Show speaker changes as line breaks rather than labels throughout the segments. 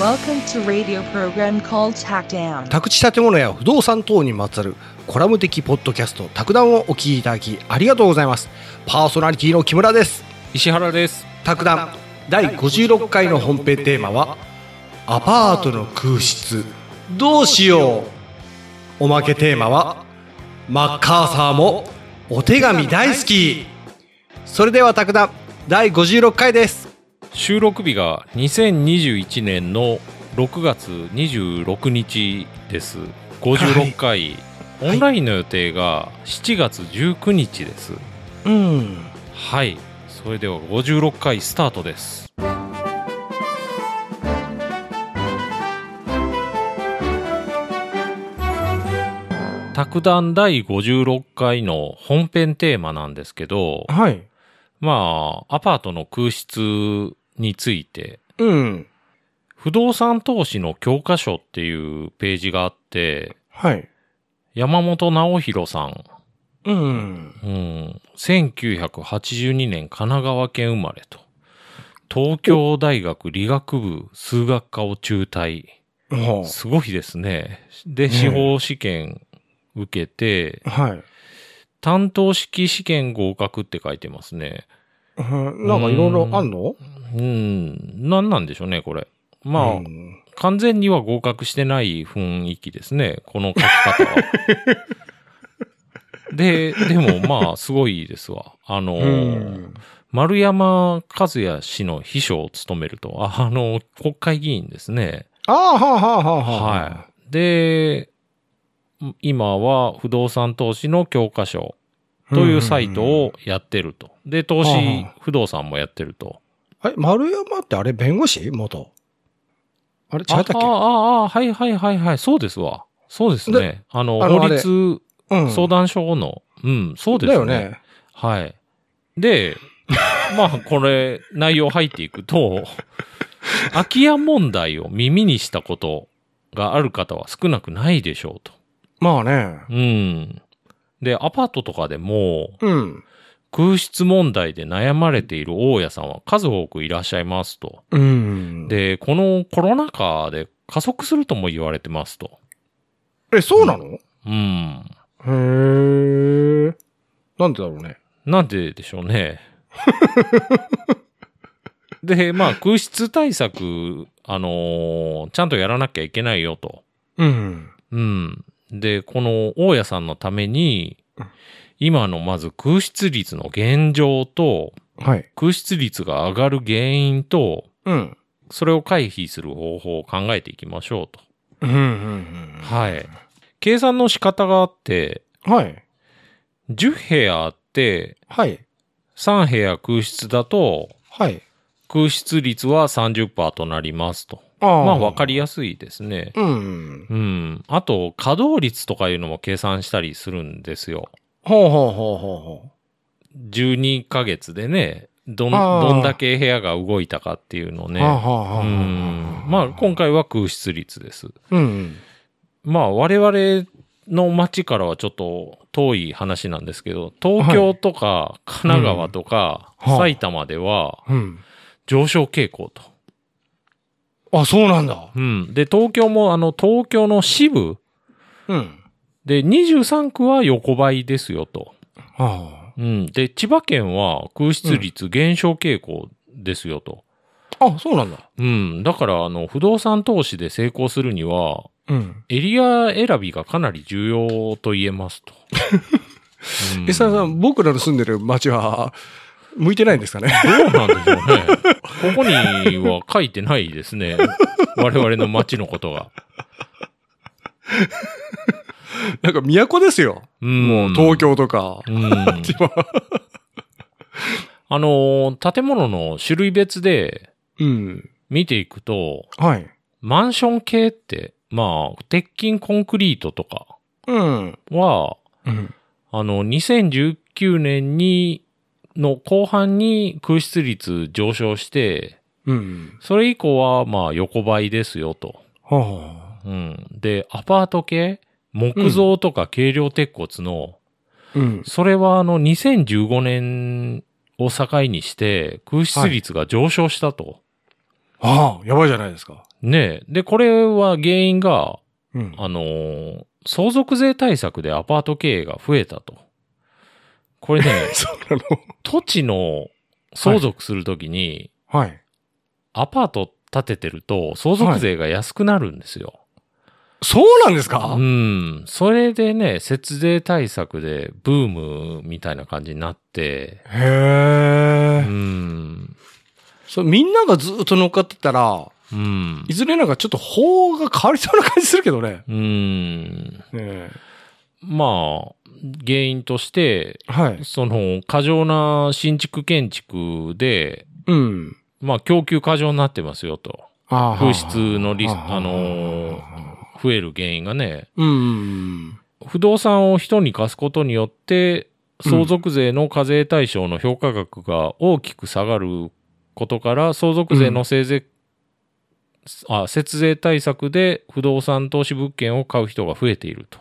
Welcome to radio program called Tack Down.
宅地建物や不動産等にまつわるコラム的ポッドキャスト「卓談」をお聞きいただきありがとうございますパーソナリティの木村です
石原です
卓談第56回の本編テーマは「アパートの空室どうしよう」おまけテーマは「マッカーサーもお手紙大好き」それでは卓談第56回です
収録日が2021年の6月26日です56回、
はい
オンラインの予定が7月19日です
うん
はいそれでは56回スタートです卓談第56回の本編テーマなんですけど、
はい
まあ、アパートの空室について、
うん
不動産投資の教科書っていうページがあって、
はい
山本直弘さん、
うん
うん、1982年神奈川県生まれと、東京大学理学部数学科を中退。
は
すごいですね。で、
ね
司法試験受けて、
はい
担当式試験合格って書いてますね。
なんかいろいろあんの
うん、なんなんでしょうね、これ。まあ、
うん
完全には合格してない雰囲気ですね。この書き方 は。で、でもまあ、すごいですわ。あの、
うん
丸山和也氏の秘書を務めると、ああの、国会議員ですね。
ああ、はあ、はあ、はあ、は
はい。で、今は不動産投資の教科書
い
というサイトをやってると。で、投
あ
資
あ
不動産もやってると。
あれ、丸山ってあれ、弁護士元。あれ、違ったっけ
ああ、ああ、はいはいはいはい。そうですわ。そうですね。あの、
あの
法
あれ
律
うん
相談所の、うん、そうですね。
だよね。
はい。で、 まあ、これ、内容入っていくと、 空き家問題を耳にしたことがある方は少なくないでしょうと。
まあね。
うん。で、アパートとかでも、
うん。
空室問題で悩まれている大家さんは数多くいらっしゃいますと。
うん。
で、このコロナ禍で加速するとも言われてますと。
え、そうなのへ
うん。
え。なんでだろうね。
なんででしょうね。 で、まあ、空室対策、あのーちゃんとやらなきゃいけないよと。
うん。
うん。で、この大家さんのために
うん、
今のまず空室率の現状と、
はい。
空室率が上がる原因と、
うん。
それを回避する方法を考えていきましょうと。
うん、うん、
はい。計算の仕方があって、
うん。はい。
10部屋あって、
はい。
3部屋空室だと、
はい。
空室率は30%となりますと。
あ
ま
あ
あ、わかりやすいですね。
うん。
うん。あと、稼働率とかいうのも計算したりするんですよ。
ほうほうほうほうほ
12ヶ月でね、どん、
あー
どんだけ部屋が動いたかっていうの
う。
ね。
はあ、はあ、はあ
う
はあ。
ん。まあ、今回は空室率です。
うん。
まあ、我々の街からはちょっと遠い話なんですけど、東京とか神奈川とか
うんはあ
埼玉では
うん。
上昇傾向と。
あ、そうなんだ。
うん。で、東京もあの、東京の支部、
うん。
で、23区は横ばいですよと。
あ
うん。で、千葉県は空室率減少傾向ですよと。
あ。あ、そうなんだ。
うん。だから、あの、不動産投資で成功するには、
うん。
エリア選びがかなり重要と言えますと。うん
石原さん、僕らの住んでる町は、向いてないんですか ね
どうなんでしょうね。ここには書いてないですね。我々の街のことが。
なんか都ですよ。
うん
もう東。京とか。
うん
千葉
あのー建物の種類別で
うん。
見ていくと、
はい。
マンション系って、まあ、鉄筋コンクリートとか
うん。
は、
うん。
あの、2019年に、の後半に空室率上昇して、
うん。
それ以降は、まあ、横ばいですよと。
は
うん。で、アパート系木造とか軽量鉄骨の、
あ。うん。
それはあの2015年を境にして空室率が上昇したと。
ああ、やばいじゃないですか。
ねえ。で、これは原因が、
うん。
あのー相続税対策でアパート経営が増えたと。これね、
そうなの
土地の相続するときに、
はい。
アパート建ててると相続税が安くなるんですよ。
そうなんですか
うん。それでね、節税対策でブームみたいな感じになって、う
へえ。
ん。
そう、みんながずっと乗っかってたら、
うん
い。ずれなんかちょっと法が変わりそうな感じするけどね。
うん。
ね
まあ、原因として、
えはい。
その、過剰な新築建築で、
うん。
まあ、供給過剰になってますよと。
あ
空室のリス
はは
あのー増える原因がね。
うん。
不動産を人に貸すことによって、相続税の課税対象の評価額が大きく下がることから、相続税の生税、あ、節税対策で不動産投資物件を買う人が増えていると。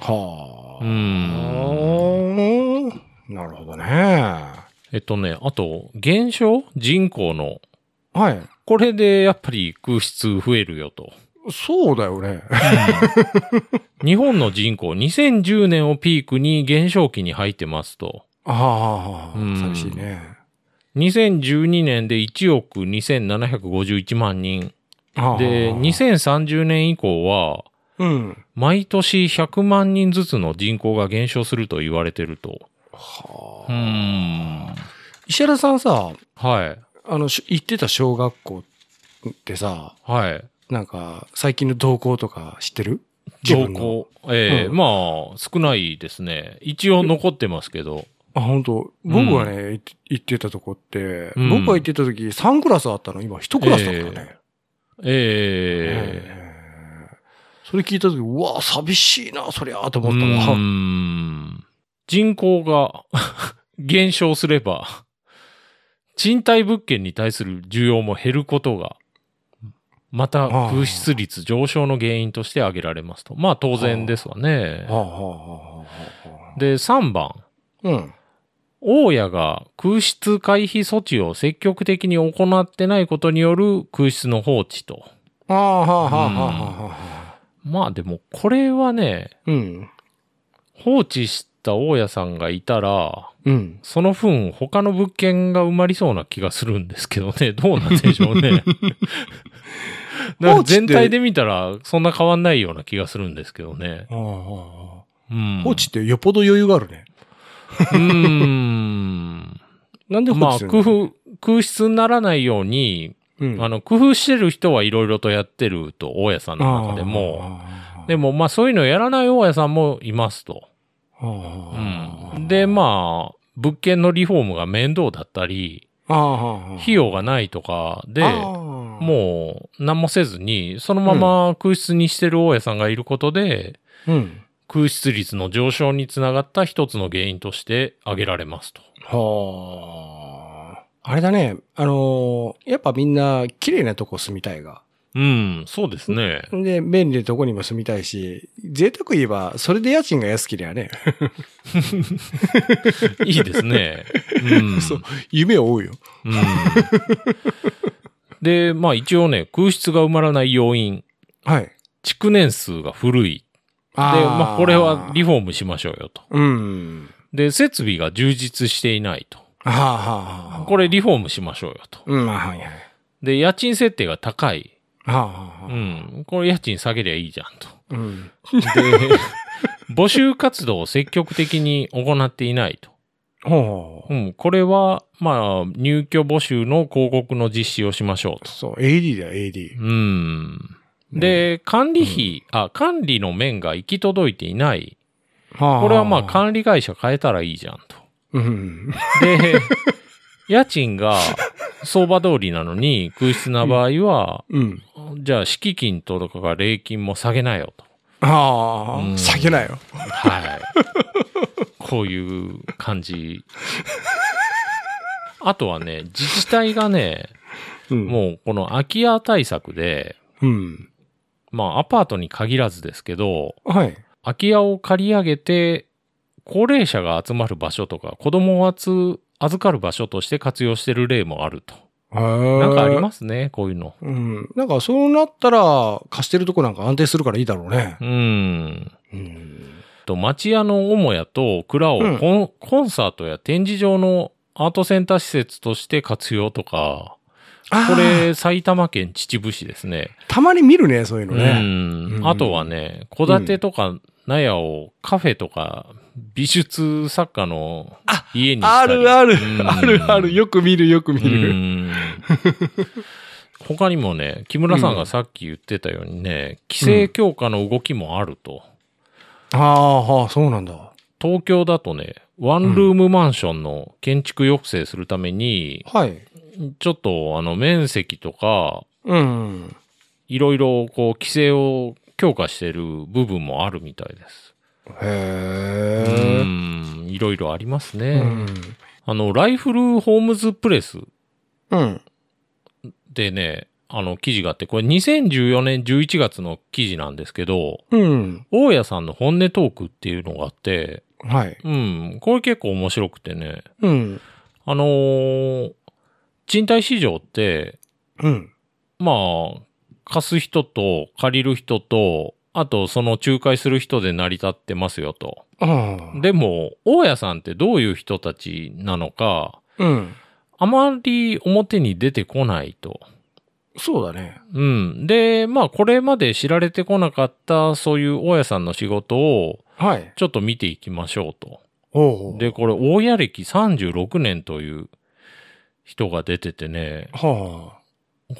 はあ。
うん
なるほどね。は
えっとね、あと、減少人口の。
い。
これでやっぱり空室増えるよと。
そうだよね。
日本の人口2010年をピークに減少期に入ってますと。
ああ
うん、
寂しいね。
2012年で1億2751万人。
はあ
で、、2030年以降は、
うん。
毎年100万人ずつの人口が減少すると言われてると。
は
うーん。
石原さんさ、
はい。
あの、し行ってた小学校ってさ、
はい。
なんか、最近の動向とか知ってる
情。報。ええ
うん
まあ、少ないですね。一応残ってますけど。
あ、本当僕がね、行って行ってたとこって、
うん
僕が行ってた時3クラスあったの、今1クラスだったね。
ええ
ええそれ聞いた時、うわあ寂しいな、そりゃあと思
う
った
ー
わ。
ん。人口が 減少すれば、賃貸物件に対する需要も減ることが、また
ああ
空室率上昇の原因として挙げられますと。まあ当然ですわね。
はあはあはあはあはあ
で、3番。
うん。
大家が空室回避措置を積極的に行ってないことによる空室の放置と。
ああ、はあはあはあはあはあ。
まあでもこれはね、
うん。
放置した大家さんがいたら、
うん。
その分、他の物件が埋まりそうな気がするんですけどね。 どうなんでしょう ね。だから全体で見たら、そんな変わんないような気がするんですけどね。
はあは
うん。
あ放置ってよっぽど余裕があるね。
うーん。
なんで放
ま
置
あ、
する
工夫、空室にならないように、
うん
あの、工夫してる人はいろいろとやってると、大家さんの中でも。、で
も、
も、まあ、そういうのやらない大家さんもいますと。うん。で、
あ
まあ、物件のリフォームが面倒だったり、
ああ、はあ
費用がないとかで、
も
もう何もせずに、そのまま空室にしてる大家さんがいることで、
う、うん。
空室率の上昇につながった一つの原因として挙げられますと。
はあ。あれだね、あのーやっぱみんな綺麗なとこ住みたいが。
うん、そうですね。
で、便利なとこにも住みたいし、贅沢言えば、それで家賃が安けりゃね、
いいですね。うん。
そう夢を追うよ。
うん。で、まあ一応ね、空室が埋まらない要因、
はい。で、
築年数が古い。で、まあこれはリフォームしましょうよと。
うん。
で、設備が充実していないと。
はあ、はあ、はあ。
これリフォームしましょうよと。
うん、まあ、はい、はい。
で、家賃設定が高い。
はあ、
う
はあ。
ん。これ家賃下げりゃいいじゃんと。
うん。
で、募集活動を積極的に行っていないと。
ほ
う。ん。これは、まあ、入居募集の広告の実施をしましょうと。
そう、AD だよ、AD。
うん。で、管理費、あ、管理の面が行き届いていない。こ
こ
れはまあ、管理会社変えたらいいじゃんと。
うん。
で、家賃が相場通りなのに空室な場合は、
うん。
じゃあ、敷金とかが礼金も下げなよと。
あ
うん
あ、下げないよ。
はい。こういう感じ。あとはね、自治体がね、
うん
もうこの空き家対策で、
うん。
まあアパートに限らずですけど、
はい。
空き家を借り上げて、高齢者が集まる場所とか、子供を預預かる場所として活用してる例もあると。
あな
なんかあり
す
ますね、こういうの。
うん。なんかそうなったら、貸してるとこなんか安定するからいいだろうね
う。ん。
うん。
と、町屋の母屋と蔵をコン,、コンサートや展示場のアートセンター施設として活用とか、こ
これ、
れ埼玉県秩父市ですね。
たまに見るね、そういうの
う
ね。
ん
う。ん
あとはね、戸建てとか納屋をカフェとか美術作家の家にした
あ
り
るある
う、ん
あるある、よく見るよく見
う
る。
ん他にもね、木村さんがさっき言ってたようにね、規制強化の動きもあると。
ああ、はあ、そうなんだ。
東京だとね、ワンルームマンションの建築抑制するために、
はい。
ちょっとあの面積とか、
うん。
いろいろこう規制を強化してる部分もあるみたいです。う
へ
ん、いろいろあります
え。
ね。
うん。
あの、ライフルホームズプレス
うん。
でね、あの記事があって、これ2014年11月の記事なんですけど、
うん。
大家さんの本音トークっていうのがあって、
はい。
うん、これ結構面白くてね、
うん。
あのー賃貸市場って、
うん。
まあ、貸す人と借りる人と、あとその仲介する人で成り立ってますよと。
ああ。、
でも、大家さんってどういう人たちなのか、
うん。
あまり表に出てこないと。
そうだね。
うん。で、まあ、これまで知られてこなかった、そういう大家さんの仕事を、
はい。
ちょっと見ていきましょうと。
おうおう。
で、、これ、大家歴36年という人が出ててね、
は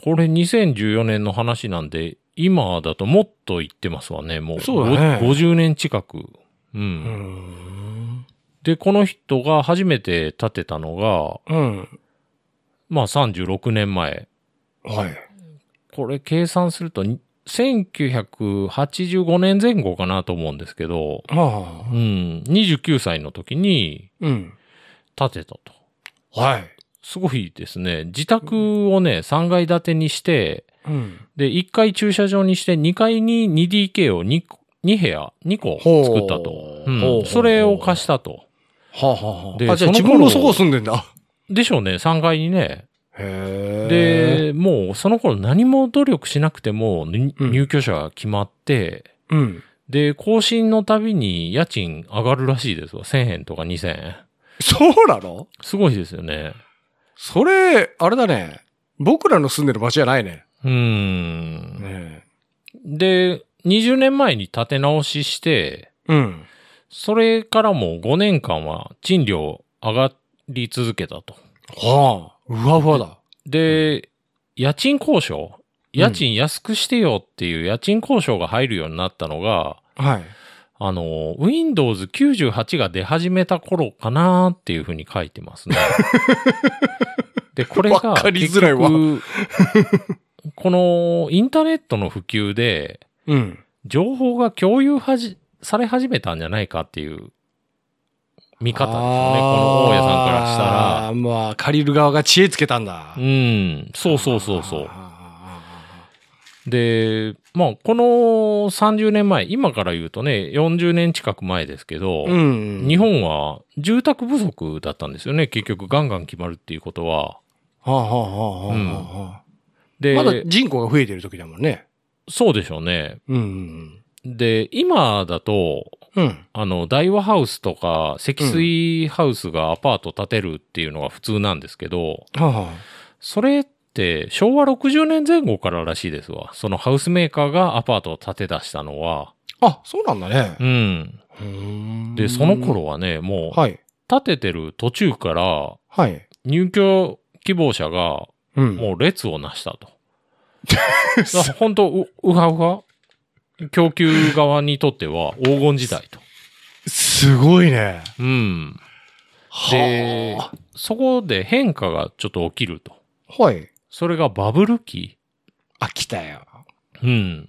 これ2014年の話なんで、今だともっと言ってますわね、もう。
そうだね
ご50年近く。うん。
あ。うん。
で、この人が初めて建てたのが、
うん。
まあ36年前。
はい。
これ計算すると、に1985年前後かなと思うんですけど、
は
う
あ。
ん、29歳の時に
うん。
建てたと。
はい。
すごいですね。自宅をね、3階建てにして、
うん。
で、1階駐車場にして、2階に 2DK を 2, 2部屋、2個作ったと
ほ。うほうほ
う、
うん
それを貸したと。
はあはあは
で
あ。あ、じゃあ
そ
自
の頃
分のそこ住んでんだ。
でしょうね、3階にね。
へえ。
で、もうその頃何も努力しなくてもに
うん
入居者が決まって、
うん。
で、更新のたびに家賃上がるらしいですわ。1000円とか2000円。
そうなの
すごいですよね。
それ、あれだね。僕らの住んでる町じゃないね。
うーん。
ね
で、20年前に建て直しして、
うん。
それからも5年間は賃料上がり続けたと。
はあ。うわうわだ。
で、家賃交渉家賃安くしてよっていう家賃交渉が入るようになったのが、
はい。
あの、Windows 98が出始めた頃かなっていうふうに書いてます ね。で、これが、
わかりづらいわ
結局このインターネットの普及で、
うん。
情報が共有はじされ始めたんじゃないかっていう見方ですよね。この大家さんからした
あ
ら。
ー。まあ、借りる側が知恵つけたんだ。
うん、そうそうそうそう。
あ
で、まあ、この30年前、今から言うとね、40年近く前ですけど、
ー。うん。
日。本は住宅不足だったんですよね。結局ガンガン決まるっていうことは。
はあはあはあはあはあ。
で、
まだ人口が増えてる時だもんね。
そうでしょうね。
うん。
で、今だと、
うん。
あの、大和ハウスとか、積水ハウスがアパート建てるっていうのが普通なんですけど、
はあは
それって昭和60年前後かららしいですわ。そのハウスメーカーがアパートを建て出したのは。
あ。あ、そうなんだね
う。ん。
うん
で、その。頃はね、もう、
はい。
建ててる途中から、
はい。
入居希望者が、
うん。
もう列をなしたと。 だから本当う、うはうは供給側にとっては黄金時代と。
すごいね。
うん。で、そこで変化がちょっと起きると。
はい。
それがバブル期。
あ、来たよ。
うん。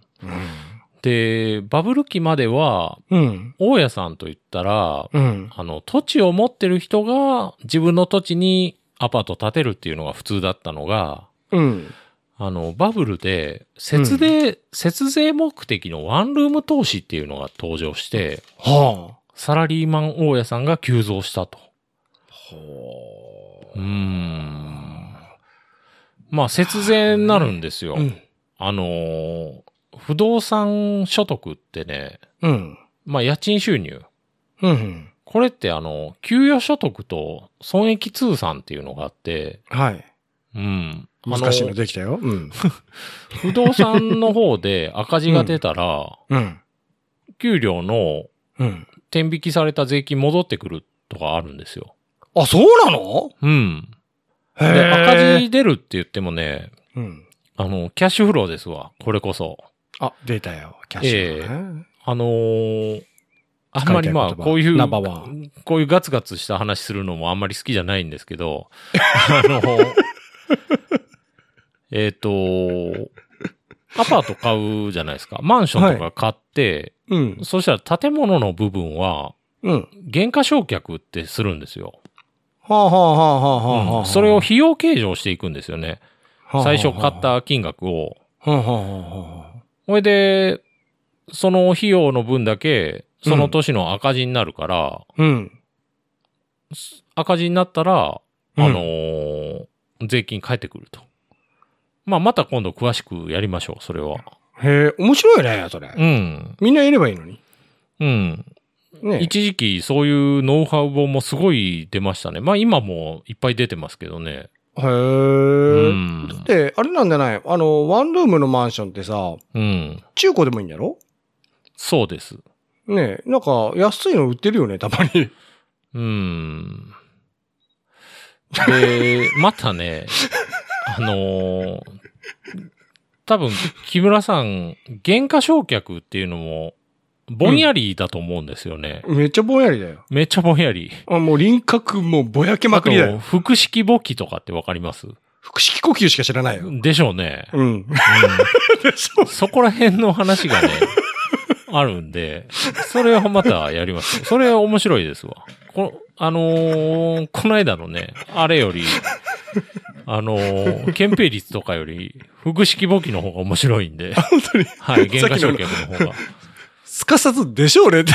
で、バブル期までは、
うん。
大家さんと言ったら、
うん。
あの、土地を持ってる人が自分の土地にアパート建てるっていうのが普通だったのが、
うん。
あの、バブルで、節税、節税目的のワンルーム投資っていうのが登場して、
は
サラリーマン大家さんが急増したと。
あ。ほ
うーん。まあ、節税になるんですよ。
うん。
あのー不動産所得ってね、
うん。
まあ、家賃収入。
うん。
これってあの、給与所得と損益通算っていうのがあって、
はい。
うん。あの
難しいのできたよ。うん。
不動産の方で赤字が出たら、
うん。
給料の
うん。
天引きされた税金戻ってくるとかあるんですよ。
あ、そうなの
うん。
へ
で、
ー
赤字出るって言ってもね、
うん。
あの、キャッシュフローですわ。これこそ。
あ、出たよ。キャッシュがね。
あのーあんまりまあ、
使いたい言葉
こういう、
ナンバーワ
こういうガツガツした話するのもあんまり好きじゃないんです けど、あのーえっと、アパート買うじゃないですか。マンションとか買って、
うん。
そしたら建物の部分は、
うん。は
減価償却ってするんですよ。
あはあはあはあはあは
うん
あ。
それを費用計上していくんですよね。
はあはあはあ
最初買っ。た金額を。
はあはあはあ
ほいで、その費用の分だけ、その年の赤字になるから、
うん。
赤字になったら、あ
うん
のー税金返ってくると。まあ、また今度詳しくやりましょう、それは。
へえ、面白いね、それ。
うん。
みんなやればいいのに。
うん。
ね。
一時期、そういうノウハウ本もすごい出ましたね。まあ、今もいっぱい出てますけどね。
へえ。
うん
だって、あれなんじゃないあの、ワンルームのマンションってさ、
うん。
中古でもいいんだろ
そうです。
ねえ、なんか、安いの売ってるよね、たまに。
うん。で、またね、 あのー多分、木村さん、減価償却っていうのも、ぼんやりだと思うんですよね。
めっちゃぼんやりだよ。
めっちゃぼんやり。
あ、もう輪郭もうぼやけまくりだ
あと
よ。
腹式簿記とかってわかります
腹式呼吸しか知らないよ。
でしょうね。
うん。
うんそこら辺の話がね、あるんで、それはまたやります。それは面白いですわ。こあのーこの間のね、あれより、あのー憲兵率とかより、腹式簿記の方が面白いんで、
本当に。
はい、原価償却の方が。
すかさずでしょうねって。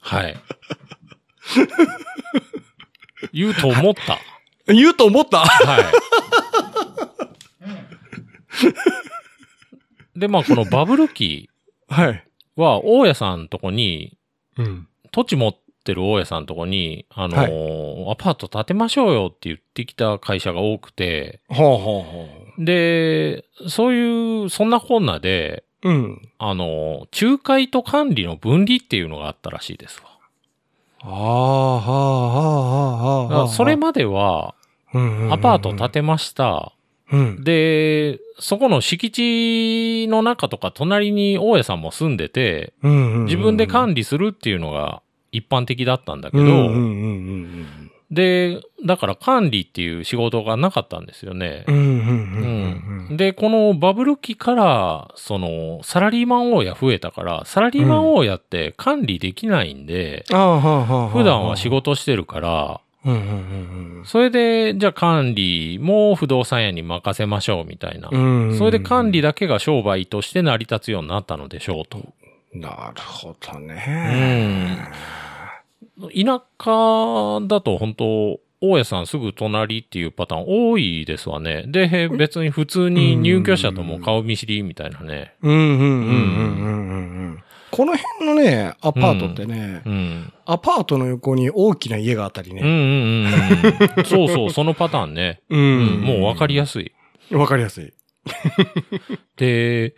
はい。言うと思った。
言うと思った。
はい。で、まあ、このバブル期
はい。
は、大家さんとこに、
うん。
土地持ってる大家さんとこに、あのーアパート建てましょうよって言ってきた会社が多くて、
はあはあは
で、そういう、そんなこんなで、
あ。うん。
あのー仲介と管理の分離っていうのがあったらしいですわ。
ああ、はあ、はあ、はあ、
だか
はあ。
らそれまでは、
うん、
アパート建
た
てました。
うん。
で、そこの敷地の中とか隣に大家さんも住んでて、
うん。
自分で
理
管理するっていうのが一般的だったんだけど、
うんうんうん
で、だから管理っていう仕事がなかったんですよね
うん。う。んう
うん
ん
で、このバブル期から、その、サラリーマン大家増えたから、サラリーマン大家って管理できないんで、
ああ、はあ、はあ。
普段は仕
事。
事してるから、
うんうんうん
それで、じゃあ管理も不動産屋に任せましょうみたいな。
うん。うん。
それで管理だけが商売として成り立つようになったのでしょうと。
なるほど
う
ね。
ん。田舎だと本当、大家さんすぐ隣っていうパターン多いですわね。で、へ別に普通に入居者とも顔見知りみたいなね。
うんうんうんうんうんうんうん。この辺のね、アパートってね、
うん。
アパートの横に大きな家があったり
うんうん
ね。
うんうん。そうそう、そのパターンね。
う
うん、もうわかりや
す
すい。
い。わかりやすい。
で、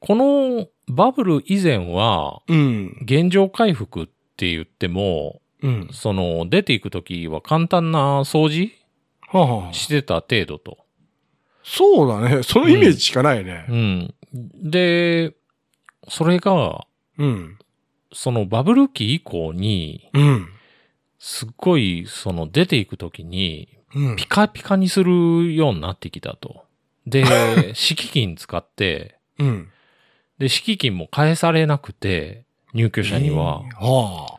このバブル以前は、
うん。
現状回復って言っても、
うん。
その、出ていくときは簡単な掃除
はあはあ
してた程度と。
そうだね。そのイメージしかないね
う。ん。で、それが、
うん。
そのバブル期以降に、
うん。
すっごい、その出ていくときに、
うん
ピカピカにするようになってきたと。 で、敷金使って、
うん。
で、敷金も返されなくて、入居者には。
えー。は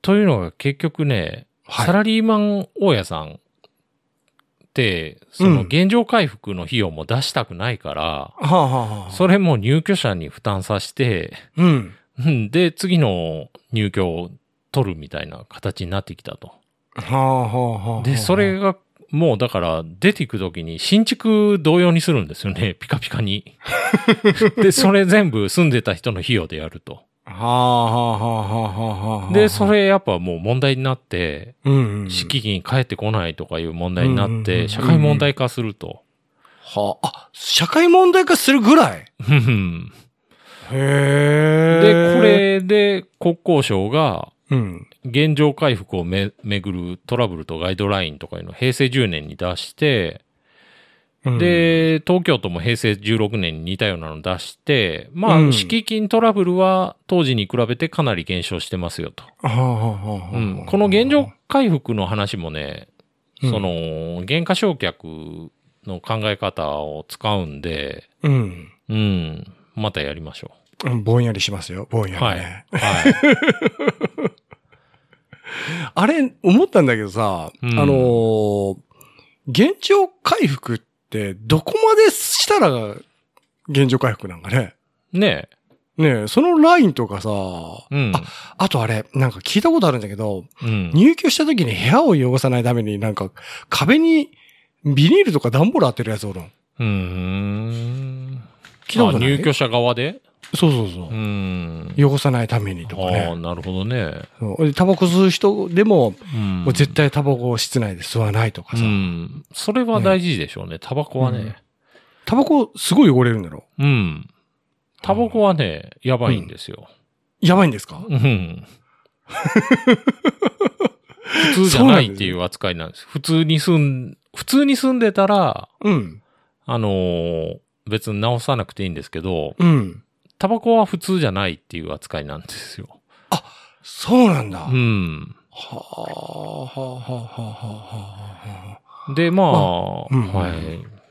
というのが結局ね、
あ。はい
サラリーマン大家さんって、その
うん
現状回復の費用も出したくないから、
はあはあはあ。
それも入居者に負担させて、
うん。
うんで、次の入居を取るみたいな形になってきたと。
はあはあはあはあ。
で、それがもうだから出ていくときに新築同様にするんですよね。 ピカピ カに。で、それ全部住んでた人の費用でやると。
はあはあはあはあはあはあ。
で、それやっぱもう問題になって、
うん、うん。
敷金返ってこないとかいう問題になっ
うんうんうん
て、社会問題化すると。
はあ、あ、社会問題化するぐらい。
うん
へえ。
で、こ、れで国交省が
うん。
現状回復をめ、めぐるトラブルとガイドラインとかいうのを平成10年に出して、
うん、
で、東京都も平成16年に似たようなの出して、まあ、
うん
敷金トラブルは当時に比べてかなり減少してますよと。
はあはあはあはあ、
うん、この現状回復の話もね、
うん
その、減価償却の考え方を使うんで、
うん。
うん、またやりましょ
うん。ぼんやりしますよ、ぼんや
う。
り、ね。
はい。 はい。
あれ、思ったんだけどさ、
うん
あのー現状回復ってどこまでしたら現状回復なんかね。
ね
ねえ、そのラインとかさ、
え。うん。
あとあれ、なんか聞いたことあるんだけど、
うん。
入居した時に部屋を汚さないためになんか壁にビニールとか段ボール当てるやつおるん。
うーん。
聞いたこと
あ
ない
入居者側で
そうそうそうう。
ん。
汚さないためにとか
ああ、
ね。
なるほどね。
そうでタバコ吸う人でも、
うん。
もう絶対タバコを室内で吸わないとかさ
う。ん。それは大事でしょうね。タバコはね。
タバコすごい汚れるんだろ
うん。タバコはね、やばいんですよ。
やばいんですか
うん。普通じゃないっていう扱いなんです。普通に住ん、普通に住んでたら、
うん。
あのー別に直さなくていいんですけど、
うん。
タバコは普通じゃないっていう扱いなんですよ。
そうなんだ。
う
は
ん。
あ、はあ、はあ、はあ、はあ、はあ。
で、まあ、
うん
はい。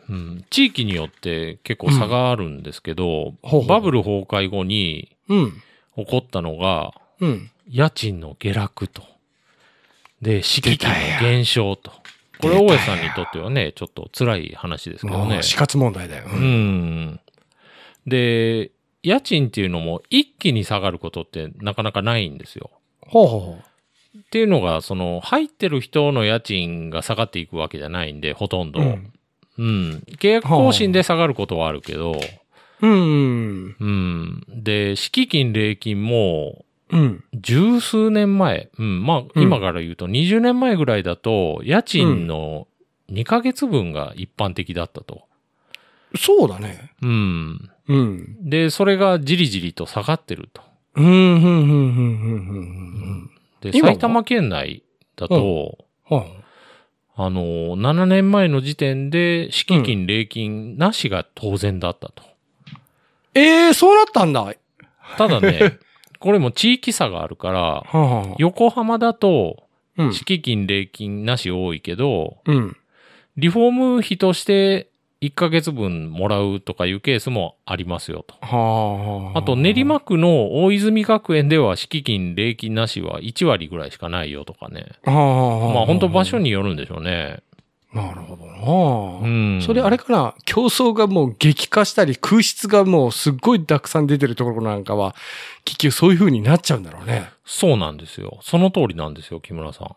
うん、地域によって結構差があるんですけど、
ほうほう
バブル崩壊後に
うん。
起こったのが、
うん。
家賃の下落と。で、敷金
出
の
たよ
減少と。これ、
出た
大
よ
江さんにとってはね、ちょっと辛い話ですけど
も
ね
う、。死活問題だよ。う
う。ん。で、家賃っていうのも一気に下がることってなかなかないんですよ。
ほうほうほ
っていうのが、その、入ってる人の家賃が下がっていくわけじゃないんで、ほとんど。
う。
う。
うんん。
契約更新で下がることはあるけど、
うん。
うん。で、敷金、礼金も、
うん。
十数年前、うん、まあ、
うん
今から言うと20年前ぐらいだと、家賃の2ヶ月分が一般的だったと。
そうだね。
うん。
うん。
で、それがじりじりと下がってると。
うん、うん、うん、うん、うん、うん。
で、
今は
埼玉県内だと、
は
あの、7年前の時点で、敷金、礼金なしが当然だったと。
ええ、そうなったんだ。は
た だね、これも地域差があるから、
あ、は
横浜だと、
あ。うん。
敷金、礼金なし多いけど、
うん。
リフォーム費として1ヶ月分もらうとかいうケースもありますよと。
はあ。
あと、練。馬区の大泉学園では敷金、礼金なしは1割ぐらいしかないよとかね。
はあ。
まあ本当場所。によるんでしょうね。
なるほど
う
な。
ん。
それあれかな競争がもう激化したり、空室がもうすっごいたくさん出てるところなんかは、結局そういう風になっちゃうんだろうね。
そうなんですよ。その通りなんですよ、木村さん。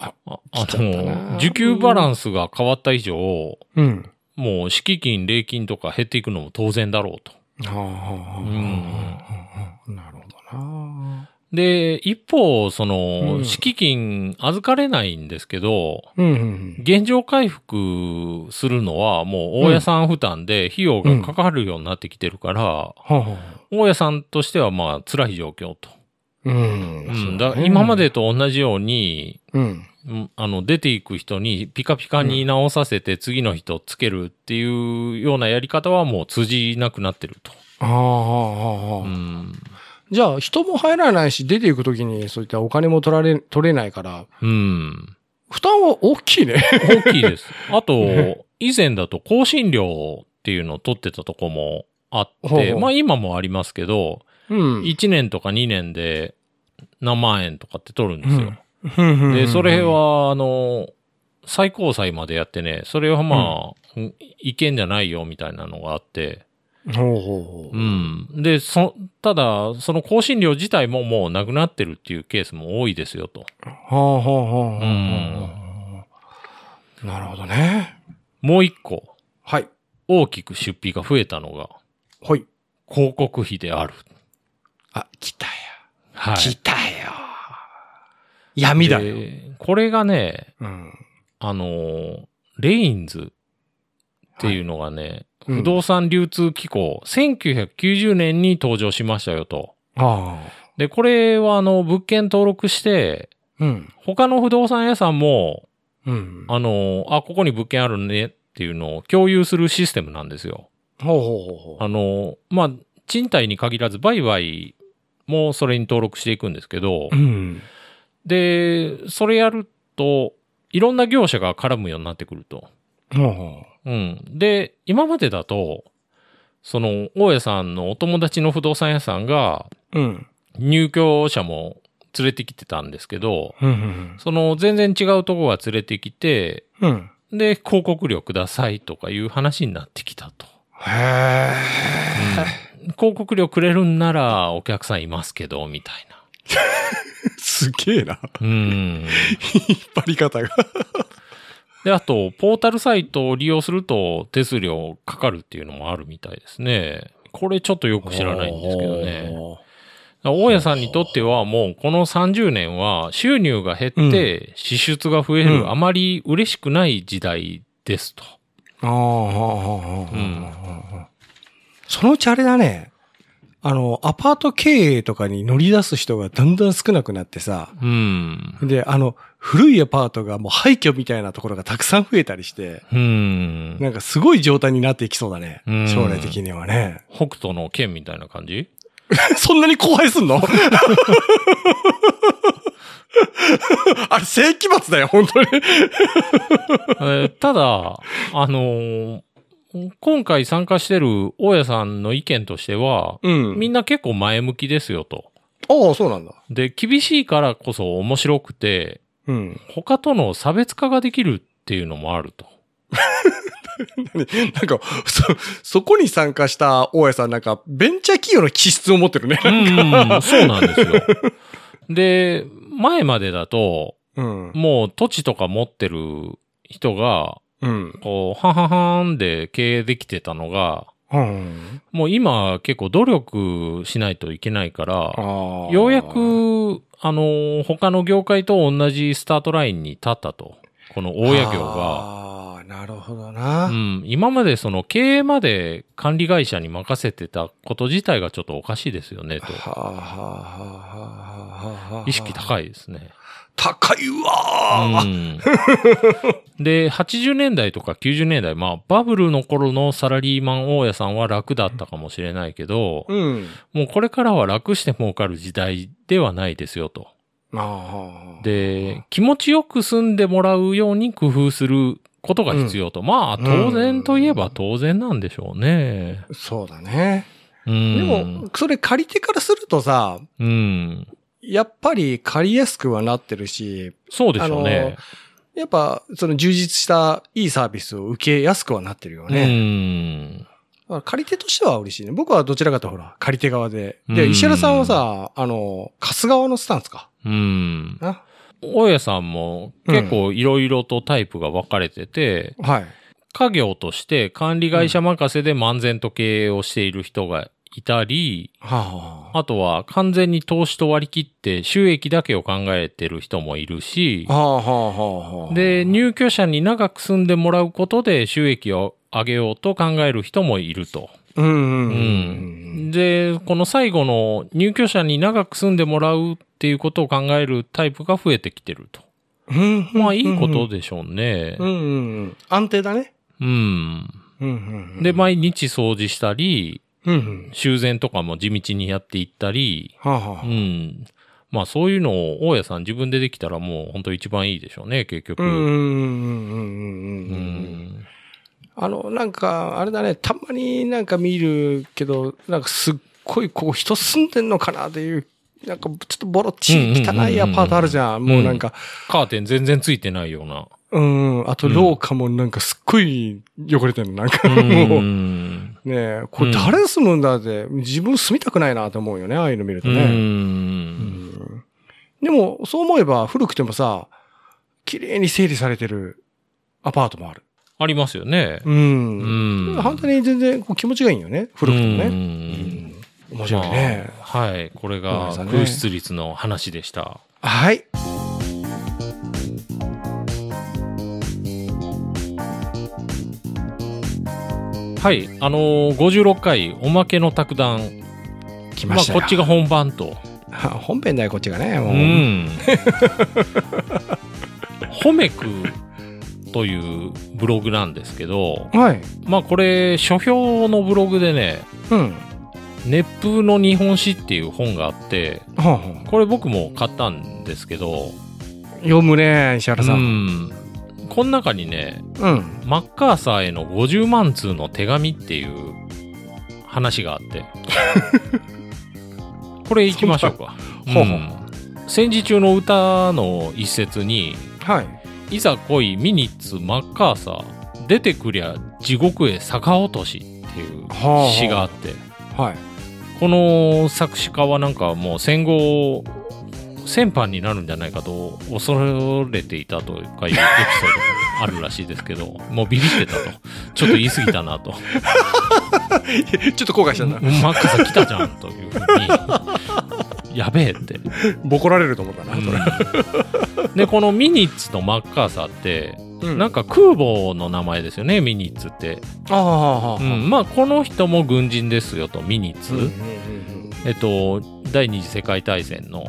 あ、
あ
来ちゃったな
の、受給バランスが変わった以上、
うん。
もう敷金、礼金とか減っていくのも当然だろうと。
はあはあはあはあなるほどな。
で、一方、その、
うん
敷金預かれないんですけど、
うんうん
現状回復するのはもう大家さん負担で費用がかかるようになってきてるから、
はあはあ。
大家さんとしてはまあ辛い状況と。
うん。
うんだ今ま。でと同じように、
うん。
うんあの出ていく人にピカピカに直させて次の人つけるっていうようなやり方はもう通じなくなってると。
はあはあは
う
あ。
ん。
じゃあ、人も入らないし、出ていくときに、そういったお金も取られ、取れないから、
うん。
負担は大きいね。
大きいです。 あと、以前だと更新料っていうのを取ってたとこもあって、
ほうほう
まあ今もありますけど、
うん。
1年とか2年で何万円とかって取るんですよ。で、
で
それ、は、あの、最高裁までやってね、それはまあ、うんいけんじゃないよみたいなのがあって、
ほうほうほ
う
う。
ん。で、そ、ただ、その更新料自体ももうなくなってるっていうケースも多いですよと。
はあはあはあはあはあ。なるほどね。
もう一個、
はい。
大きく出費が増えたのが、
ほい。
広告費である。
あ、来たよ。
はい。
来たよ。闇だよ。
でこれがね、
うん。
あのーレインズっていうのがね、
うん
不動産流通機構、1990年に登場しましたよと。
ああ。
で、これはあの、物件登録して、
うん。
他の不動産屋さんも、
うん。
あのーあ、ここに物件あるねっていうのを共有するシステムなんですよ。
ほうほうほうほ
あのーまあ、賃貸に限らず、売買もそれに登録していくんですけど、
う。うん。
で、それやると、いろんな業者が絡むようになってくると。
ほうほ
うん。で、今までだと、その、大家さんのお友達の不動産屋さんが、
う。うん。
入居者も連れてきてたんですけど、
うん。
その、全然違うとこが連れてきて、
うん。
で、広告料くださいとかいう話になってきたと。
へえ。
広告料くれるんならお客さんいますけど、みたいな。
すげえな。
うん。
引っ張り方が。
で、あと、ポータルサイトを利用すると手数料かかるっていうのもあるみたいですね。これちょっとよく知らないんですけどね。大家さんにとってはもうこの30年は収入が減って支出が増え
うん
るあまり嬉しくない時代ですと。
ああ、
ん
そのうちあれだね。あの、アパート経営とかに乗り出す人がだんだん少なくなってさ。
うん。
で、あの、古いアパートがもう廃墟みたいなところがたくさん増えたりして、
うん。
なんかすごい状態になっていきそうだね。
うん
将来的にはね。
北斗の剣みたいな感じ
そんなに荒廃すんの あれ、世紀末だよ、本当に。
えーただ、 あのー今回参加してる大家さんの意見としては、
うん
みんな結構前向きですよと。
ああ、そうなんだ。
で、厳しいからこそ面白くて、
うん。
他との差別化ができるっていうのもあると。
なんか、そ、そこに参加した大家さんなんか、ベンチャー企業の気質を持ってるね。
うん、そうなんですよ。 で、前までだと、
うん。
もう土地とか持ってる人が、
うん。
こう、はんはんはんで経営できてたのが、
うん。
もう今結構努力しないといけないから、
ああ。
ようやく、あの、他の業界と同じスタートラインに立ったと。この大家業が。
ああ、なるほどな。
うん、今までその経営まで管理会社に任せてたこと自体がちょっとおかしいですよね、と
は。あ、はあ、はあ、はあ、はあ。
意識
い。
高いですね。
高いうわー、
ん、で、80年代とか90年代、まあバブルの頃のサラリーマン大家さんは楽だったかもしれないけど、
うん。
もうこれからは楽して儲かる時代ではないですよと。
ああ。、
で、気持ちよく住んでもらうように工夫することが必要と。まあ当然といえば当然なんでしょうね。
そうだね。
うん。
でも、それ借りてからするとさ、
うん。
やっぱり借りやすくはなってるし、
そうでしょう
あの
ね。
やっぱ、その充実したいいサービスを受けやすくはなってるよね。だから借り手としては嬉しいね。僕はどちらかというとほら、借り手側で。
う
で、
ん
石原さんはさ、あの、貸す側のスタンスか。
うん。うん。
な。
大家さんも結構いろいろとタイプが分かれてて、
はい。
家業として管理会社任せで漫然と経営をしている人がいたり、
はあ。
あとは完全に投資と割り切って収益だけを考えてる人もいるし
は、あ、はあ、はあ。
で、入居者に長く住んでもらうことで収益を上げようと考える人もいると。
うんうんうんうん。
で、この最後の入居者に長く住んでもらうっていうことを考えるタイプが増えてきてると。
うん
まあいいこと。でしょうね
う。んうんうん。安定だね。
うん。
うんうんうん。
で、毎日掃除したり、
うんうん。
修繕とかも地道にやっていったり、
はあ、は
う
あ。
ん。まあそういうのを大家さん自分でできたらもう本当一番いいでしょうね、結局。
うんうん
う
うんうんうんうんうん。
ん。
あの、なんか、あれだね、たまになんか見るけど、なんかすっごいここ人住んでんのかなっていう、なんかちょっとボロっち
うんうんうんうん
汚いアパートあるじゃん。もうなんか、
カーテン全然ついてないような。
うん、あと廊下もなんかすっごい汚れてるの、なんか
う
もう。ね
ん。
え、これ誰が住むんだって、自分住みたくないなと思うよね、ああいうの見ると
う
ね。
ん。
うんでも、そう思えば古くてもさ、綺麗に整理されてるアパートもある。
ありますよね。
う。
うんん。
本当に全然こう気持ちがいいよね。古くても
う
ね。
ん
うん面白いね。
まあはい。これ
ごめんな
が
さいね
空室率の話でした。
はい。
はい。あのー、56回、おまけの卓談。
来
ま
ま
あ、
した
こ
よ。
っちが本番と。
あ 本編だよ、こっちがね。も
う
う。
ん。ホメクというブログなんですけど、
はい。
まあこれ、書評のブログでね、
うん。は
熱風の日本史っていう本があって、
あはあ
これ僕も買ったんですけど、
読むね、石原さ。
うんん。この中にね、
うん。
マッカーサーへの50万通の手紙っていう話があって。これ行きましょうか。
ほうほうん
戦時中の歌の一節に、
はい。
いざ来いミニッツマッカーサー、出てくりゃ地獄へ逆落としっていう詩があって、
はい。
この作詞家はなんかもう戦後、戦犯になるんじゃないかと恐れていたというかいうエピソードがあるらしいですけど、もうビビってたと。ちょっと言い過ぎたなと。
ちょっと後悔したんだ。
マックさん来たじゃんというふうに、やべえって。
ボコられると思ったな、それ。
うんで、このミニッツとマッカーサーって、
うん
なんか空母の名前ですよね、ミニッツって。
ああ、はあ
う
は
ん、まあ、この人も軍人ですよと、ミニッ
あ
ツ。
うんうん
えっと、第二次世界大戦の、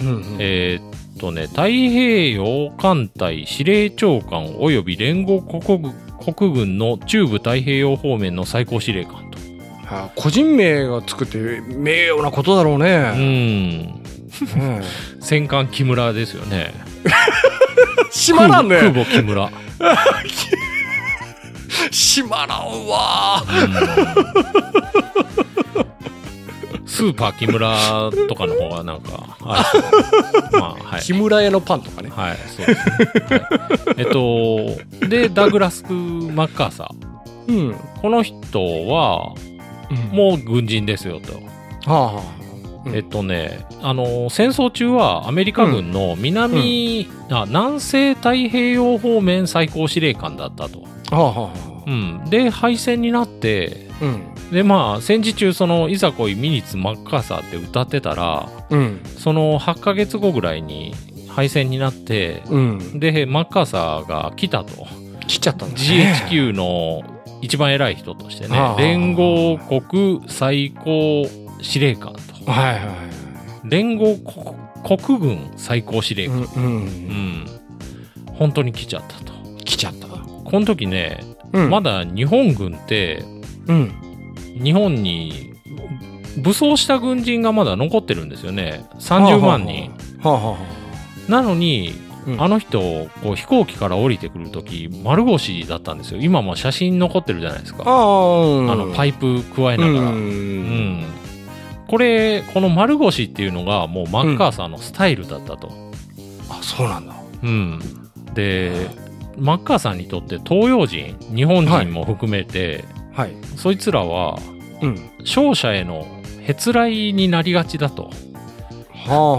うんうんうん
えーっとね、太平洋艦隊司令長官及び連合国軍国軍の中部太平洋方面の最高司令官と。
あ個人名がつくって名誉なことだろう
う
ね。
ん。
うん
戦艦木村ですよね。
閉まらん
空
ね。
母空母木村。
閉まらんわ。
スーパー木村とかの方がなんかありそうまあはい
木村屋のパンとかね。
はいそうですね、はいえっとでダグラス・マッカーサー
うん。
この人は
も
もう軍人ですよと、
う、はあはあうん
えっとねあの戦争中はアメリカ軍の南、あ南西太平洋方面最高司令官だったと、
はあはあは
う
あ
ん、で敗戦になって
うん。
でまあ戦時中その「いざこいミニッツ・マッカーサー」って歌ってたら
うん。
その8ヶ月後ぐらいに敗戦になって、
うん。
で、マッカーサーが来たと。
切っちゃったんだね。
GHQ の一番偉い人として
あ
ね
あ、
連合国最高司令官と。
はいはいはい。
連合国国軍最高司令
う
官。
んうん
うん。本当に来ちゃったと。
来ちゃった。
この時ね、
うん
まだ日本軍って、
うん。
日本に武装した軍人がまだ残ってるんですよね。30万人。
はあはあはあ。は
なのに、
うん
あの人こう飛行機から降りてくる時丸腰だったんですよ今も写真残ってるじゃないです
あ
かあ
はあ。
のパイプ加え
う
ながら、うん
ん。
これこの丸腰っていうのがもうマッカーサーのスタイルだったと、
あ、そうなんだ。
うんでマッカーサーにとって東洋人日本人も含めて、
はい。
そいつらは
うん。
勝者へのへつらいになりがちだと
はあはあ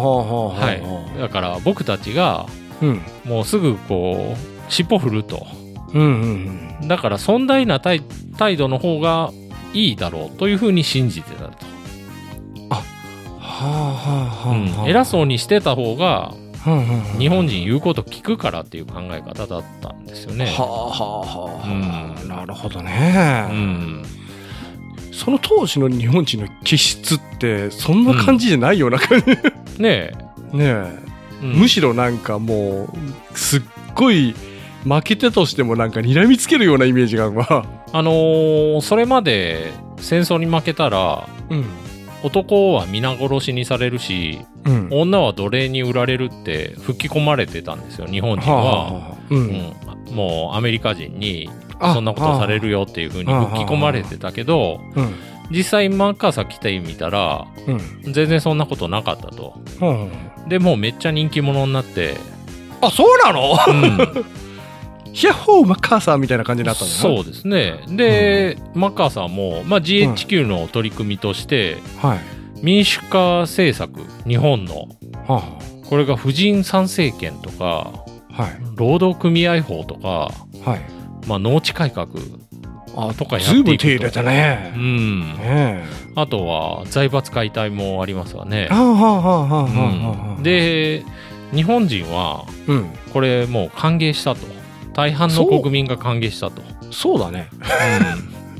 はあ
はいだから僕たちが
うん。
もうすぐこう尻尾振ると
うんうんうん。
だから尊大な態態度の方がいいだろうというふうに信じてたと、
はあはあ
う
はあ
ん
はあ。
偉そうにしてた方が
うんうんうん
日本人言うこと聞くからっていう考え方だったんですよね、
はあはあはあ、
うん
なるほど
う
ね、
ん、
その当時の日本人の気質ってそんな感じじゃないような感じ、
ねえ、
ねえ、
うん
むしろなんかもうすっごい負けてとしてもなんか睨みつけるようなイメージがあるわ、
あのーそれまで戦争に負けたら
うん
男は皆殺しにされるし
うん、
女は奴隷に売られるって吹き込まれてたんですよ日本人
はあ
は、
はあう
うんん、もうアメリカ人に
あ
そんなことされるよっていうふうに吹き込まれてたけど、
うん
実際マッカーサー来てみたら
うん
全然そんなことなかったと
うん
でもうめっちゃ人気者になって、
あそうなの
うん、
ヒャッホーマッカーサーみたいな感じになったんだ
そううですねで、マッカーサーも、まあ、GHQ の取り組みとして、
はい
民主化政策日本の
は
これが婦人参政権とか
あははい
労働組合法とか、
はい
まあ、農地改革、
あ
とかやっていくと
ずいぶん手入れた
う
ね、
ん、
ね
あとは財閥解体もありますわね
え、は。あはあはあはあはあは
う
あ
ん、、で日本人は
うん、
これもう歓迎したと大半の国民が歓迎したと、
そうだね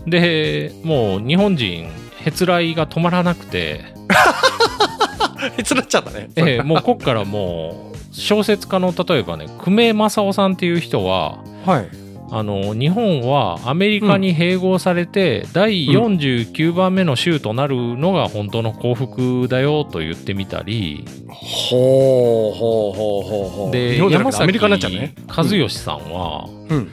うんでもう日本人へつらいが止まらなくて、
えつらっちゃったね
ええ もうこっからもう小説家の例えばね久米正雄さんっていう人は
はい
あの日本はアメリカに併合されて、第49番目の州となるのが本当の幸福だよと言ってみたり、
ほうほうほうほうほう
で
日本じゃな
山
くてア
崎
メリカになっちゃうね
和義さんは、
うん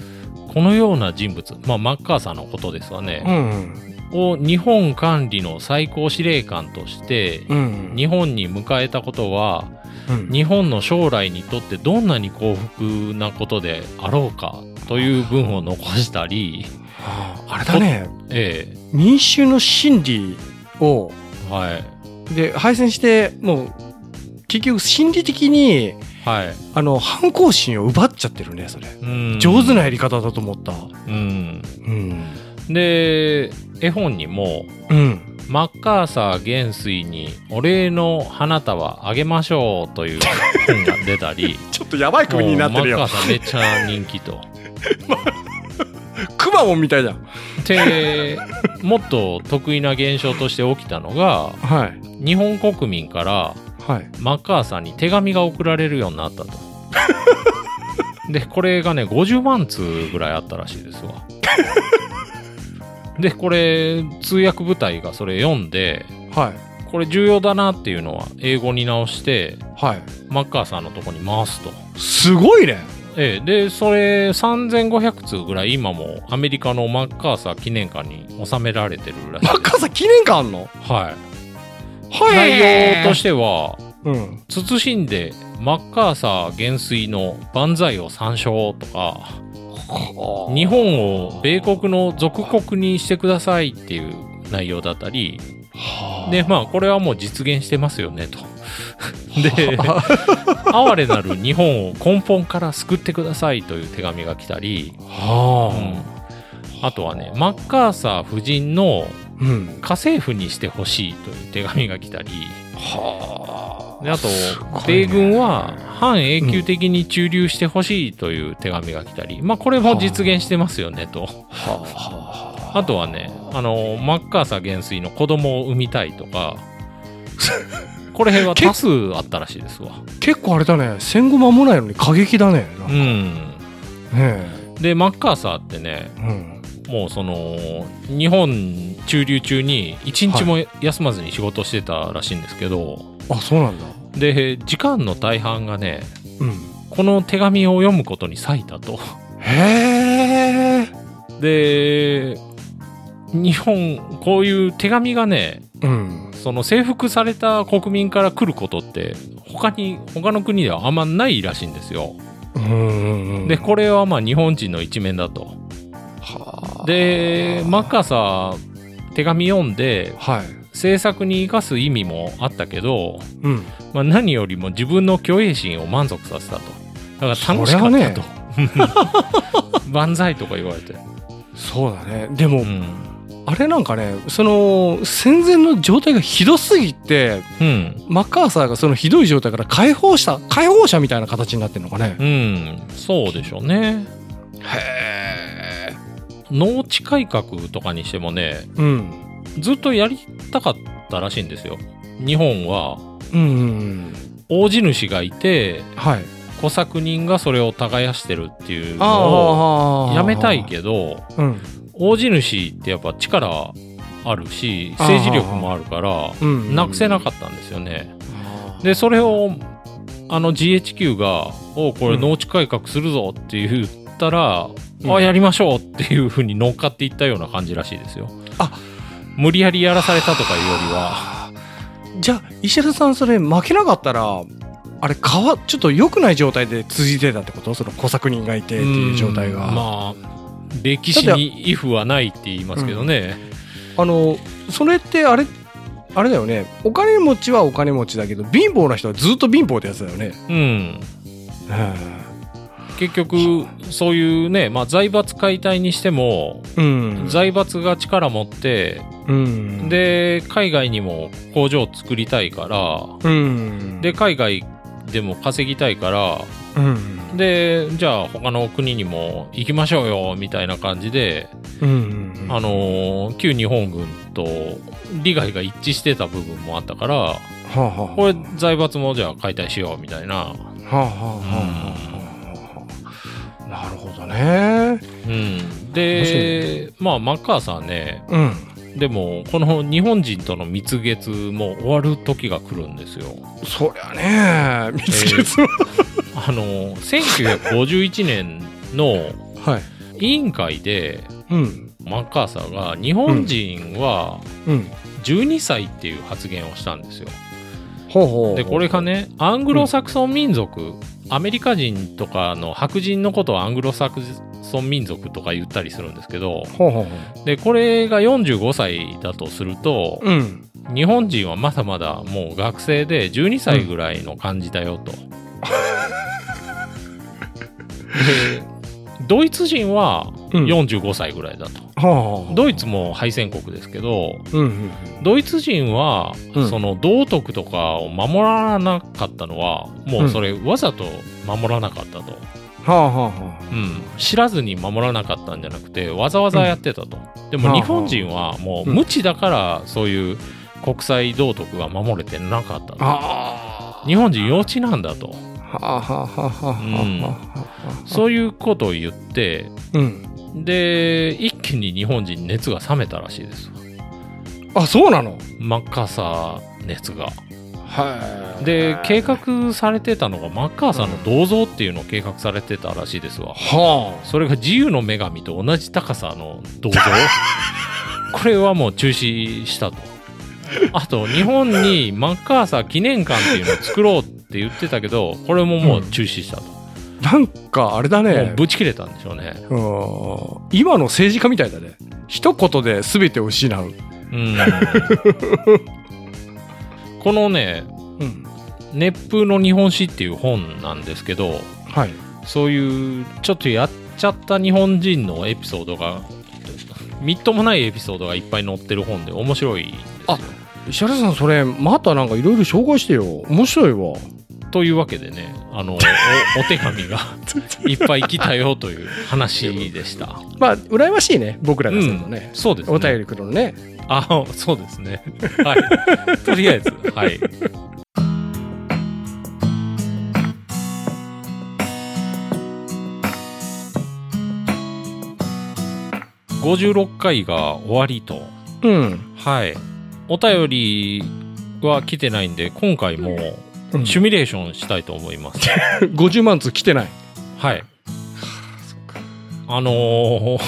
このような人物、まあ、マッカーサーのことですわ
う
ね、
ん
を日本管理の最高司令官として
うん
日本に迎えたことは
うん
日本の将来にとってどんなに幸福なことであろうかという文を残したり、
ああれだね
え
民衆の心理を
えはい
で敗戦してもう結局心理的に
はい
あの反抗心を奪っちゃってるねそれ
うん
上手なやり方だと思った
うん
うん
で絵本にも
うん
マッカーサー元帥にお礼の花束あげましょうという本が出た り
ちょっとやばい国になってる
もうマ
よ
ッカーサーめっちゃ人気と。
くまモンみたいだ
でもっと得意な現象として起きたのが
はい
日本国民から
はい
マッカーサーに手紙が送られるようになったと。でこれがね50万通ぐらいあったらしいですわ。でこれ通訳部隊がそれ読んで
はい
これ重要だなっていうのは英語に直して
はい
マッカーサーのとこに回すと。
すごいね
ええ、でそれ3500通ぐらい今もアメリカのマッカーサー記念館に収められてるらしい
マッカーサー記念館あんの
はい
は
内容としてては
うん
慎んでマッカーサー元帥の万歳を参照とか日本を米国の属国にしてくださいっていう内容だったりでまあこれはもう実現してますよねと で哀れなる日本を根本から救ってくださいという手紙が来たり
は
あとはねマッカーサー夫人の
あうん
家政婦にしてほしいという手紙が来たり
は
であと
すごいね
米軍は半永久的に駐留してほしいという手紙が来たり、まあこれも実現してますよね
あ
と
はあはあ
あとはねあのマッカーサー元帥の子供を産みたいとかこれは多数あったらしいですわ。
結構あれだね戦後間もないのに過激だねなん
う
かね
ん、
え
でマッカーサーってね
うん
もうその日本駐留中に一日も休まずに仕事してたらしいんですけど、
あそうなんだ
で時間の大半がね
うん
この手紙を読むことに割いたと。
へえ
で日本こういう手紙がね
うん
その征服された国民から来ることって他に他の国ではあんまないらしいんですよ。
うん
でこれはまあ日本人の一面だと。
はあ
でマッカーサー手紙読んで
はい
制作に生かす意味もあったけど、
うん
まあ、何よりも自分の虚栄心を満足させたとだから楽しか
そり
っ
ゃ
たと、 万歳とか言われて、
そうだねでも、
うん
あれなんかねその戦前の状態がひどすぎて
うん
マッカーサーがそのひどい状態から解放した解放者みたいな形になってるのかね
うん、そうでしょうね
へえ
農地改革とかにしてもね
うん
ずっとやりたかったらしいんですよ日本は
うんうん
大地主がいて
はい
小作人がそれを耕してるっていうのを
あ
やめたいけど
どうん
大地主ってやっぱ力あるし政治力もあるから
うん
なくせなか
っ
ったんですよね。
た
でそれをあの GHQ が「おうこれ農地改革するぞ」って言ったら「
うん
あやりましょう」っていうふうに乗っかっていったような感じらしいですよ。
あ
無理やりやらされたとかいうよりは。
あーじゃあ石原さんそれ負けなかったらあれ変わちょっと良くない状態で続いてたってことその小作人がいてっていう状態が、
うんまあ歴史に「if はないって言いますけどね。
あのそれってあれあれだよねお金持ちはお金持ちだけど貧乏な人はずっと貧乏ってやつだよね、
うん、結局、そういうね、まあ、財閥解体にしても、
うん
財閥が力持って、
うん、
で、海外にも工場を作りたいから、
うん、
で、海外でも稼ぎたいから、
うん
で、じゃあ他の国にも行きましょうよ、みたいな感じで、
うん
あのー旧日本軍と利害が一致してた部分もあったから、
はあはあ
これ財閥もじゃあ解体しよう、みたいな。
はあはあはあはあはあなるほどね
うん。
面
で、まあ、マッカーサーね、
うん
でも、この日本人との蜜月も終わる時が来るんですよ。
そりゃね見つけつは、
あの、1951年の
はい
委員会で、
うん
マッカーサーが日本人は
うん
12歳っていう発言をしたんですよ。
ほうほう
で、これがね、アングロサクソン民族、アメリカ人とかの白人のことをアングロサクソン民族とか言ったりするんですけど、
ほうほうほ
で、これが45歳だとすると、
ううん
日本人はまだまだもう学生で12歳ぐらいの感じだよと。でドイツ人は
うん
45歳ぐらいだと、
はあはあ
ドイツも敗戦国ですけど
うんうん
ドイツ人は、
うん
その道徳とかを守らなかったのはもうそれわざと守らなかったと、
はあはあはあ
うん知らずに守らなかったんじゃなくてわざわざやってたと、でも日本人はもう無知だからそういう国際道徳が守れてなかったと、
あ
日本人幼稚なんだと
あはあはあはあはあはあ
そういうことを言って
うん
で一気に日本人熱が冷めたらしいです
あそうなの
マッカーサー熱が
はい
で計画されてたのがマッカーサーの銅像っていうのを計画されてたらしいですわ
は
それが自由の女神と同じ高さの銅像これはもう中止したとあと日本にマッカーサー記念館っていうのを作ろうって言ってたけどこれももう中止したと、
あなんかあれだ
もう
ね
ぶち切れたんでしょうね
うん今の政治家みたいだね一言で全てを失う
うんこのね
うん
「熱風の日本史」っていう本なんですけど
はい
そういうちょっとやっちゃった日本人のエピソードがみっともないエピソードがいっぱい載ってる本で面白いんですよ
あ石原さんそれまたなんかいろいろ紹介してよ面白いわ
というわけでねあのおお手 紙がいっぱい来たよという話でした
まあ羨ましいね僕らがするのね、
そうですね
お便りくるのね
あそうですねはいとりあえずはい56回が終わりと
うん、
はいお便りは来てないんで今回も
うん、
シミュレーションしたいと思います、
50万通来てない
はいあのー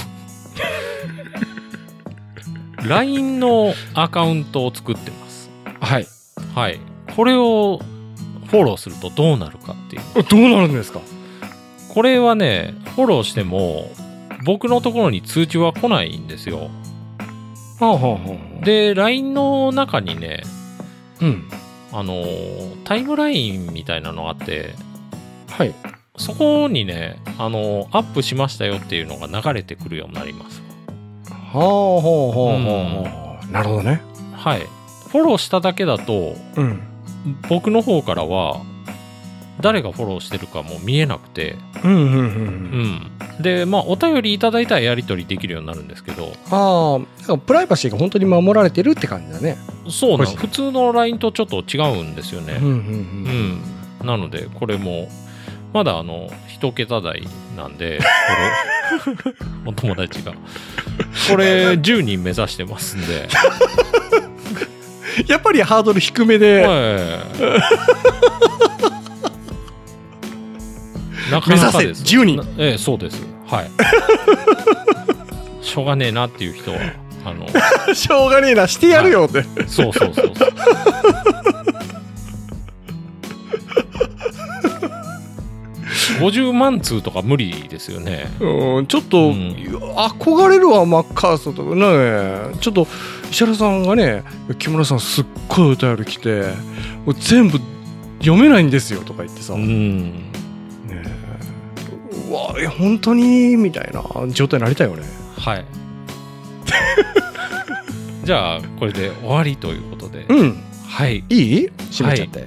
LINE のアカウントを作ってます
はい
はいこれをフォローするとどうなるかっていう
どうなるんですか
これはねフォローしても僕のところに通知は来ないんですよ
はあはあはあで
で LINE の中にね
うん
あのータイムラインみたいなのがあって
はい
そこにねあのーアップしましたよっていうのが流れてくるようになります
はあはあはあはあなるほどね
はいフォローしただけだと
うん
僕の方からは誰がフォローしてるかも見えなくて、
うんうんうんう
うんん、でまあお便りいただいたらやり取りできるようになるんですけど
ああプライバシーが本当に守られてるって感じだね
そう
個
なん
人
普通の LINE とちょっと違うんですよ
う
ね、
う
うんん、なのでこれもまだあの一桁台なんでフ ォローお友達がこれ10人目指してますんで、
やっぱりハードル低めで、
はいなかなかです
目指せ10人
なええそうですはい しょうがねえなっていう人はあの
しょうがねえなしてやるよって、
そうそうそうそう50万通とか無理ですよね
うんちょっと、
うん
憧れるわマッカーサーとかねちょっと石原さんがね「木村さんすっごいお便り来てもう全部読めないんですよ」とか言ってさ、
う
ね
ん
えうわえ本当にみたいな状態になりたいよね
はい じゃあこれで終わりということで、
うん
はい
いい閉めちゃって、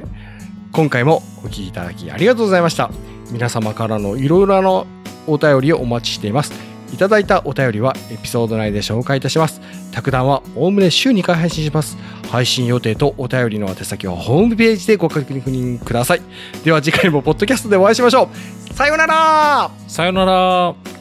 今回もお聞きいただきありがとうございました皆様からのいろいろなお便りをお待ちしていますいただいたお便りはエピソード内で紹介いたします卓談はおおむね週2回配信します配信予定とお便りの宛先はホームページでご確認くださいでは次回もポッドキャストでお会いしましょうさようなら
さよなら